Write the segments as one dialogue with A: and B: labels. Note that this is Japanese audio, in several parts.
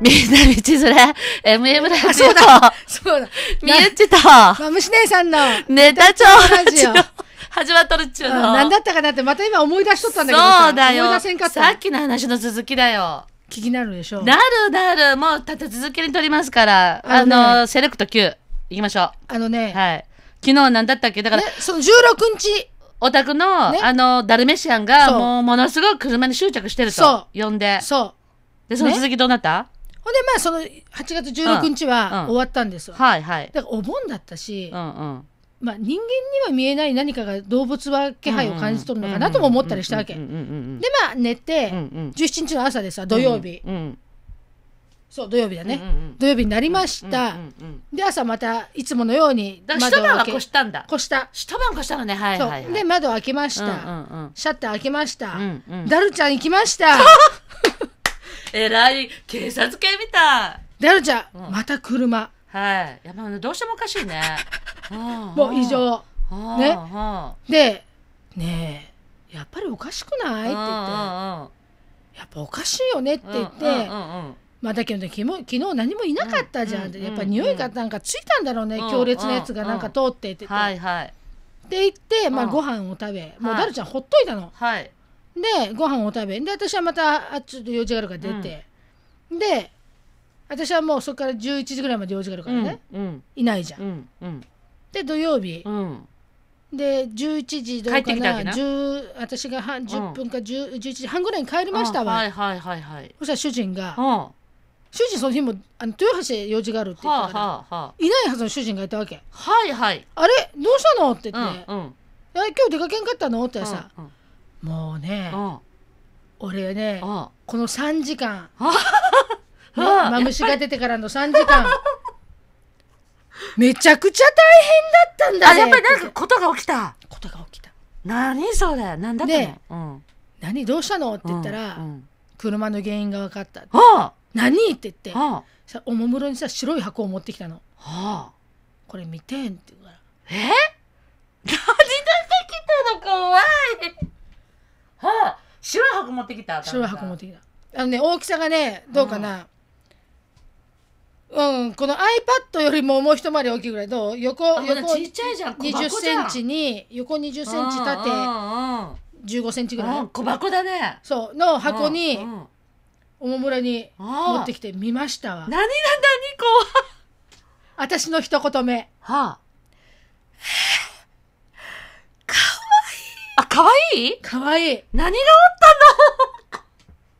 A: みんな道 連れ、MM ラジオ。
B: そうだそうだ。
A: みゆっちと、
B: まあ、虫姉さんの、うん
A: ネタ帳ラジオ
B: ラジ。
A: 始まっとるっちゅうの。
B: 何だったかなって、また今思い出しとったんだけどさ。
A: そうだよ。
B: 思い出せんかった。
A: さっきの話の続きだよ。
B: 気になるでしょ。
A: なるなる、もう立て続けに撮りますから。あ
B: あのね
A: の、セレクト9、行きましょ
B: あの
A: う。
B: ね、
A: はい。昨日なんだったっけだから、
B: ねその16日、
A: オタクの、
B: ね
A: あの、ダルメシアンが、
B: そう
A: もう、ものすごく車に執着してると
B: そ。
A: 呼んで。
B: そう。
A: で、その続きどうなった、
B: ほんで、まあ、その8月16日
A: うんうん
B: は終わったんですよ。
A: はいはい。
B: だからお盆だったし、
A: うんうん。
B: まあ、人間には見えない何かが動物は気配を感じ取るのかなとも思ったりしたわけ。
A: う
B: で
A: ん、うん
B: まあ、寝
A: うんうん。うん
B: て、
A: うん
B: 17日の朝でさ、土曜日、
A: うんうん
B: そう、土曜日だ
A: うんうんう
B: ね、
A: ん。
B: 土曜日になりました。
A: うんうんうん
B: で、朝またいつものように
A: だから一晩は
B: 開け
A: 越したんだ。
B: 越した。
A: 一晩越したのね、はい
B: そ。。
A: はい、はいう
B: で、窓開けまし
A: うんう
B: た。
A: んうん。
B: シャッター開けまし
A: う
B: た
A: んうん。
B: ダルちゃん行きました。
A: えらい、警察犬みたい。
B: ダルちゃ
A: うん
B: ん、また車。
A: はい。やっぱねどうしてもおかし いね。も
B: もう異。常。ね
A: ね。は
B: で、ねえ、やっぱりおかしくない
A: い
B: って言っ
A: っ
B: て、やっぱおかしいよねって言って、まあだけど、ね、昨日昨日何もいなかったじゃんって、
A: うんうん
B: やっぱ匂いがなんかついたんだろうね、
A: うん
B: 強烈なやつがなんか通ってって言って、
A: はいはい。
B: で行って、まあ、
A: うん
B: ご飯を食べ、もう
A: はい
B: ダルちゃんほっといたの。
A: はい。
B: でご飯を食べで私はまたあちょっと用事があるから出て、で私はもうそこから11時ぐらいまで用事があるからね、
A: うん
B: いないじゃん、
A: うんうん
B: で土曜日
A: う、ん
B: で11時どう
A: 帰って
B: か
A: きたわけ
B: な
A: な
B: 10私が半10分か10 11時半ぐらいに帰りましたわ、
A: はいはいはいはい。
B: そしたら主人が、
A: うんは
B: 主人その日もあの豊橋で用事があるって
A: あ
B: 言ったから、
A: はあはい
B: ないはずの主人がいたわけ
A: はいはい。
B: あれどうしたのって
A: う
B: 言
A: ん
B: って、
A: うん。
B: え今日出かけんかったのって言ったらさ、
A: うん
B: もうね、
A: うん
B: 俺ね、
A: うん
B: この3時間、ね、
A: あ
B: マムシが出てからの3時間めちゃくちゃ大変だったんだ
A: あ
B: ぜ
A: やっぱりなんかことが起きた。
B: ことが起きた
A: 何それなんだった
B: ね
A: のうん
B: 何どうしたのって言ったら、
A: うんうん
B: 車の原因が分かった
A: は
B: 何って言って
A: あは
B: さおもむろにさ白い箱を持ってきたの
A: あはあ。
B: これ見てんって言うから
A: え 何ができたの怖いはあ白い箱持ってきた
B: 白い箱持ってきたあのね大きさがねどうかなうん、この iPad よりももう一回り大きいぐらいどう横
A: あ
B: 横
A: ちっちゃいじゃん小
B: 20
A: 箱じゃ
B: セ
A: ん
B: ンチに横20センチ縦
A: う
B: 15センチぐ
A: んうんうん
B: ら
A: う
B: い
A: ん小箱だね
B: そうの箱に
A: うんうん
B: おもむろに
A: あ
B: 持
A: あ
B: ってきて見ましたわ
A: 何なんだに怖い
B: 私の一言目
A: はあ かわいいあかわいい
B: かわいい
A: 何が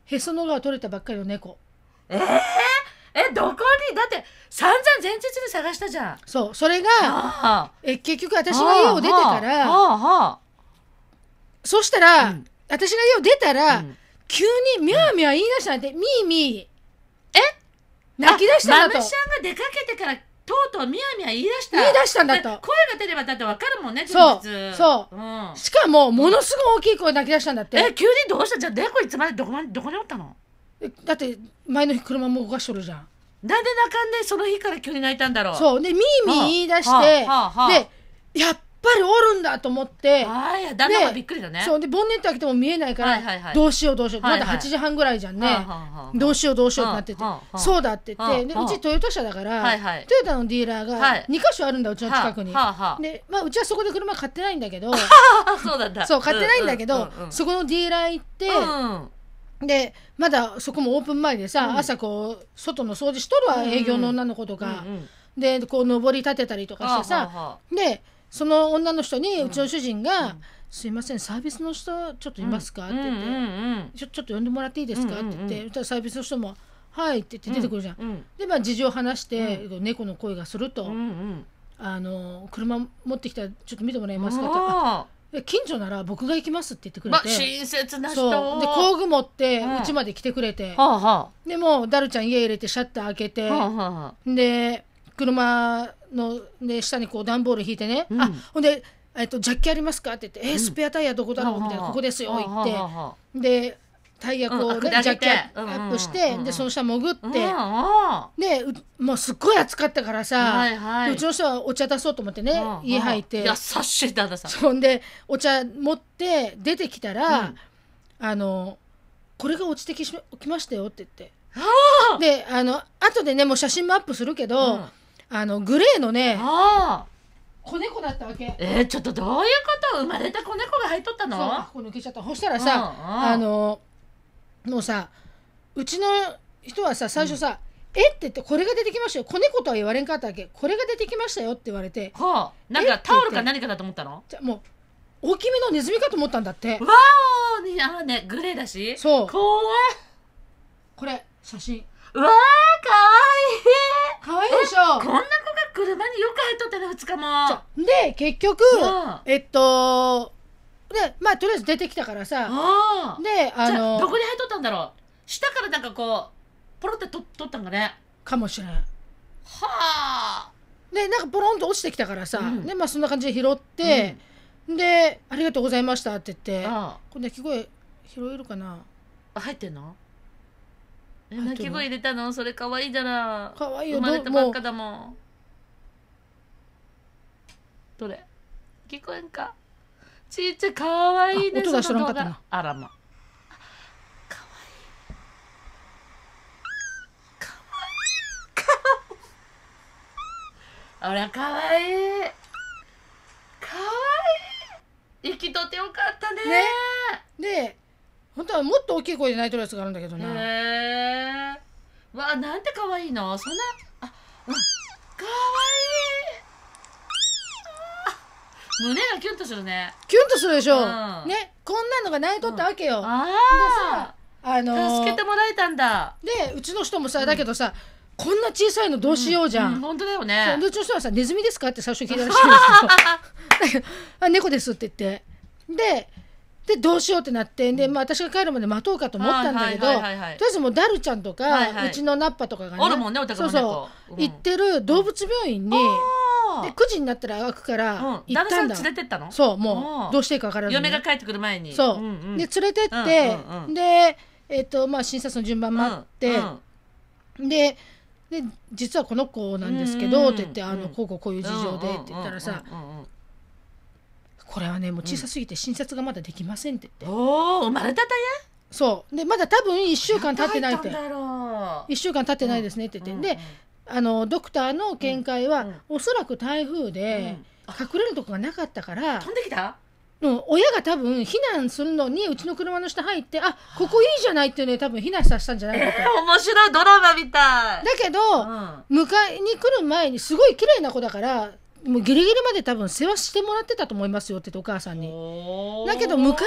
B: へその緒が取れたばっかりの猫
A: えええどこにだって散々前日に探したじゃん
B: そうそれが
A: ああ
B: え結局私が家を出てか
A: は
B: ら
A: あはあ
B: そしたら、
A: うん
B: 私が家を出たら、
A: うん
B: 急にミャーミャー言い出したんで、ミーミー。え泣き出したんだ
A: マ
B: と
A: ム。シャンが出かけてから、とうとうみやみや言い出した。
B: 言い出したんだ
A: で声
B: と
A: が。出ればだってわかるもんね、
B: そう
A: 前日
B: そ
A: うん。
B: しかも、ものすごい大きい声で泣き出したんだっ
A: え、
B: て。
A: 急にどうしたじゃあ、猫いつまでどこまで、どこにおったの
B: だって、前の日車も動かしとるじゃん。
A: なんで泣かんで、その日から急に泣いたんだろう。う。
B: そう。で、ミーミー言い出して
A: はあはあはあ、
B: で、やっぱりおるんだと思って、
A: ああ、いや、旦那がびっくりだね。
B: そう。で、ボンネット開けても見えないか
A: はいはいは
B: ら、
A: い
B: どうしようどうしよう。
A: は
B: ま
A: いはい
B: だ8時半ぐらいじゃん
A: はあは
B: ね。
A: あはあ
B: どうしようどうしようってなってて
A: はあはあはあ。
B: そうだって言って、で
A: はあは
B: う
A: あ
B: ちトヨタ車だから、
A: はいはい
B: トヨタのディーラ
A: は
B: ーが
A: い
B: 2箇所あるんだ、うちの近くに。
A: はあはあは
B: で、まあ、うちはそこで車買ってないんだ けど、
A: ああ、そうなんだ。
B: そう、買ってないんだけど、
A: うんうんうん
B: そこのディーラー行って、
A: うん
B: で、まだそこもオープン前でさ、朝こう、外の掃除しとるわ、
A: うんうん
B: 営業の女の子とか、
A: うんうん
B: で、こう、上り立てたりとかしてさ、
A: はあはあは
B: で、その女の人に、うちの主人が、
A: うん
B: すいません、サービスの人、ちょっと
A: あ
B: いますか、
A: う
B: っ
A: ん
B: て言って、
A: うんうん
B: ちょ、ちょっと呼んでもらっていいですか、
A: うんうん
B: って言
A: う、
B: ってそしたらサービスの人も、はいって言って出てくるじゃん。
A: うん。うん
B: で、まあ、事情を話して、猫の声がすると、
A: うん。
B: あの、車持ってきたら、ちょっと見てもらえ
A: い
B: ますかって。あで近所なら僕が行きますって言ってくれ
A: ま
B: て、
A: あ、親切な人。
B: そうで工具持って
A: うん
B: うちまで来てくれて、
A: はあは
B: でもうダルちゃん家入れてシャッター開けて、
A: あ。はあはあはあ。
B: で車ので下にこう段ボール引いてね、
A: うん
B: あほんで、えっと「ジャッキありますか?」って言って「え
A: うん
B: スペアタイヤどこだろう?」みたいな「ここですよ」言って、
A: 行
B: でタイヤこう、
A: うん
B: ね
A: 下りて
B: ジャッキアップして、
A: うんうんうん
B: でその下潜って、
A: うんうんは
B: でうもうすっごい暑かったからさ、
A: いはい。
B: でうちの人はお茶出そうと思ってね、
A: うんうん
B: 家入って。
A: 優しい旦那さん。
B: そんでお茶持って出てきたら、
A: うん
B: あのこれが落ちてきしまきましたよって言ってであの後でねもう写真もアップするけど、
A: うん
B: あのグレーのね
A: ああ
B: 子猫だったわけ
A: えー、ちょっとどういうこと生まれた子猫が入っとった
B: そう
A: の
B: あここ抜けちゃったそしたら
A: うんうん
B: さ、あのもうさうちの人はさ最初さ「えっ?」て言って「これが出てきましたよ子猫とは言われんかったわけこれが出てきましたよ」って言われて
A: はあなんかタオルか何かだと思ったの
B: じゃもう大きめのネズミかと思ったんだって
A: わおーにあーねグレーだし
B: そう
A: 怖い
B: これ写真
A: うわーかわい
B: かわいいでしょ
A: いこんな子が車によく入っとったね2日も
B: で結局、
A: うん
B: えっとでまあとりあえず出てきたからさ
A: ああ
B: であ
A: じゃあど
B: の
A: こに入っとったんだろう下からなんかこうポロってと取ったんかね
B: かもしれん
A: はあ
B: でなんかポロンと落ちてきたからさ、
A: うん
B: でまあそんな感じで拾って、で「ありがとうございました」って言って
A: あ
B: これ鳴き声拾えるかな
A: あ入ってんのえ
B: 入ってる
A: 鳴き声入れたのそれかわいいじゃない
B: かわいい
A: 生
B: よ
A: まれ
B: ど
A: たば
B: も
A: っ
B: う
A: かだもんどれ聞こえんかちっちゃいかわいいね
B: あ
A: そ
B: 音が
A: の
B: しとら
A: 動
B: んかったな
A: 画あらまかわいいかわいいかわいいあらかわいいかわいい生きとってよかったね
B: ねで本当はもっと大きい声で鳴いてるやつがあるんだけどな、
A: へえ。わあ、なんて可愛いの。そんな、あ、うん、可愛いい。あー胸がキュンとするね。
B: キュンとするでし
A: う
B: ょ、
A: ん
B: ねこんなのが鳴いとったわけよ、あ
A: あ
B: の
A: あ、
B: ー
A: 助けてもらえたんだ。
B: でうちの人もさだけどさ、こんな小さいのどうしようじゃん、
A: う本当だよ
B: そう
A: ね
B: で。うちの人はさ「ネズミですか?」って最初聞いたらしいん ですけどだけどあ「猫です」って言ってででどうしようってなってで、まあ、私が帰るまで待とうかと思ったんだけど、
A: はいはいはいはい
B: とりあえずもうダルちゃんとか、
A: はいはいう
B: ちのナッパとかが
A: おるもんねお互い
B: そう
A: も
B: そう、
A: 猫うん
B: 行ってる動物病院に、で9時になったら開くから
A: うん。
B: 行っ
A: 旦那
B: た
A: さん
B: んだ、
A: 連れてったの
B: そう
A: お
B: もう
A: ー
B: どうしていいか分からずにね、
A: 嫁が帰ってくる前に。
B: そう、
A: んん
B: で連れてって、
A: うんうんうん
B: でえっ、とまあ診察の順番待って、
A: うんうん
B: でで実はこの子なんですけど」
A: うん
B: って言って「あ
A: う
B: の
A: ん
B: こうこうこういう事情で」って言ったらさ
A: うんうんうんうん
B: 「これはねもう小さすぎて診察がまだできません」って言って
A: おお、生まれたて
B: そうでまだ多分1週間経ってないって
A: 入ったんだろう。
B: 1週間経ってないですねって言って
A: うん
B: であのドクターの見解は、
A: うん
B: おそらく台風
A: う
B: で
A: ん
B: 隠れるとこがなかったから、
A: 飛んできた？
B: うん親が多分避難するのにうちの車の下入って「あここいいじゃない」っていうので多分避難させたんじゃない
A: え
B: かと。
A: ー、 面白いドラマみたい。
B: だけど、
A: うん
B: 迎えに来る前にすごい綺麗な子だからもうギリギリまで多分世話してもらってたと思いますよって言ってお母さんにだけど迎えに来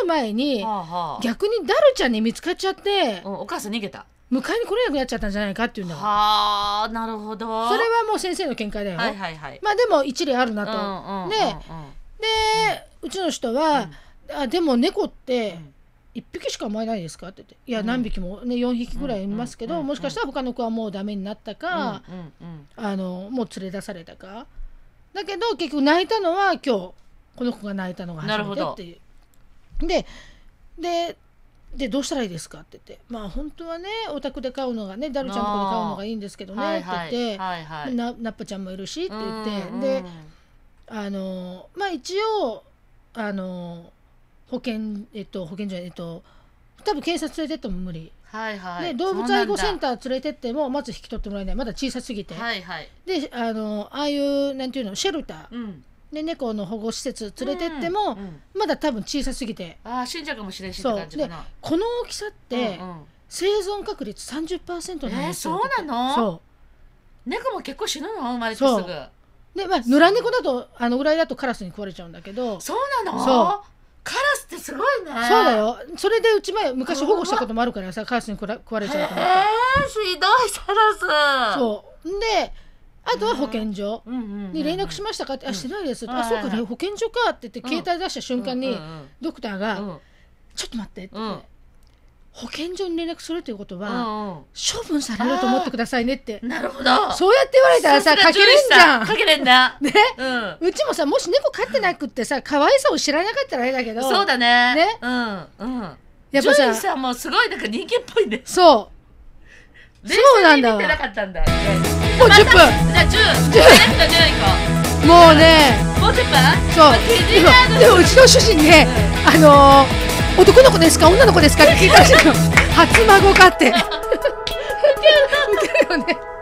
B: る前に
A: はあはあ
B: 逆にダルちゃんに見つかっちゃって
A: うんお母さん逃げた。
B: 迎えに来れなくなっちゃったんじゃないかっていうんだから
A: はあ、なるほど。
B: それはもう先生の見解だよ、
A: はいはいはい。
B: まあでも一理あるなと、
A: うんうん
B: で
A: うんうん
B: で、うちの人は、あでも猫って1匹しか産まれないですかって言っていや
A: うん
B: 何匹も、ね、4匹ぐらいいますけど、
A: うんうんうん
B: もしかしたら他の子はもうダメになったか、
A: うんうん
B: あのもう連れ出されたかだけど結局泣いたのは今日この子が泣いたのが初めてっていうでででどうしたらいいですかって言ってまあ本当はねお宅で買うのがねダルちゃんのとこで買うのがいいんですけ
A: う
B: ど
A: ん。
B: ねって言って、
A: はいはい。
B: なナッパちゃんもいるしって言って、
A: うんうん
B: であのまあ一応あの保険えっと保険じゃないえっと多分警察連れてっても無理、
A: はいはい。
B: で動物愛護セン
A: ー。
B: ター連れてってもまず引き取ってもらえないまだ小さすぎて、
A: はいはい。
B: であのああいうなんていうのシェルター
A: うん。
B: で猫の保護施設連れてっても、
A: うんうん
B: まだ多分小さすぎて
A: ああ、死んじゃうかもしれんしって感じかな。
B: この大きさって
A: うんうん
B: 生存確率30%なん
A: えー
B: ですよ
A: そ、うなの？
B: そ
A: 猫も結構死ぬの生まれてすぐ。
B: そううでまあ野良猫だとあのぐらいだとカラスに食われちゃうんだけどそう
A: そうなの？
B: そ
A: カラスってすごいね。そう
B: だ。よそれでうち前昔保護したこともあるからさカラスに食ら食われちゃうか
A: え
B: ら
A: ー、ひどいカラス。
B: そうであとは保健所
A: うんうんうんうん。
B: に連絡しましたかって「あしてないです」あそうか
A: はいはい
B: ね保健所か」って言って
A: うん
B: 携帯出した瞬間に
A: うん
B: ドクター
A: うんう
B: が
A: ん
B: 「ちょっと待って」って
A: うん
B: 言って保健所に連絡するということ
A: う
B: は、
A: んうん
B: 処分されると思ってくださいねって
A: なるほど。う
B: そうやって言われたらさかけれんじゃん
A: かけれんだ。
B: ね
A: うん。
B: うちもさもし猫飼ってなくってさ可愛さを知らなかったらあれだけど
A: そうだね。
B: ね
A: うんうん。ジ
B: やっぱ
A: ョイ
B: さ
A: さんもすごいなんか人間っぽいね。
B: そそうなん
A: 冷静に
B: だ
A: 見てなかったんだ。
B: うもう10分
A: じゃあ十。
B: 10
A: じゃあ十行
B: もうね
A: こう。もう十分？
B: そう
A: まあ気にな
B: で
A: る
B: もでもうちの主人ねあ のー男の子ですか女の子ですかって聞いたらしいの初孫かってウケるよね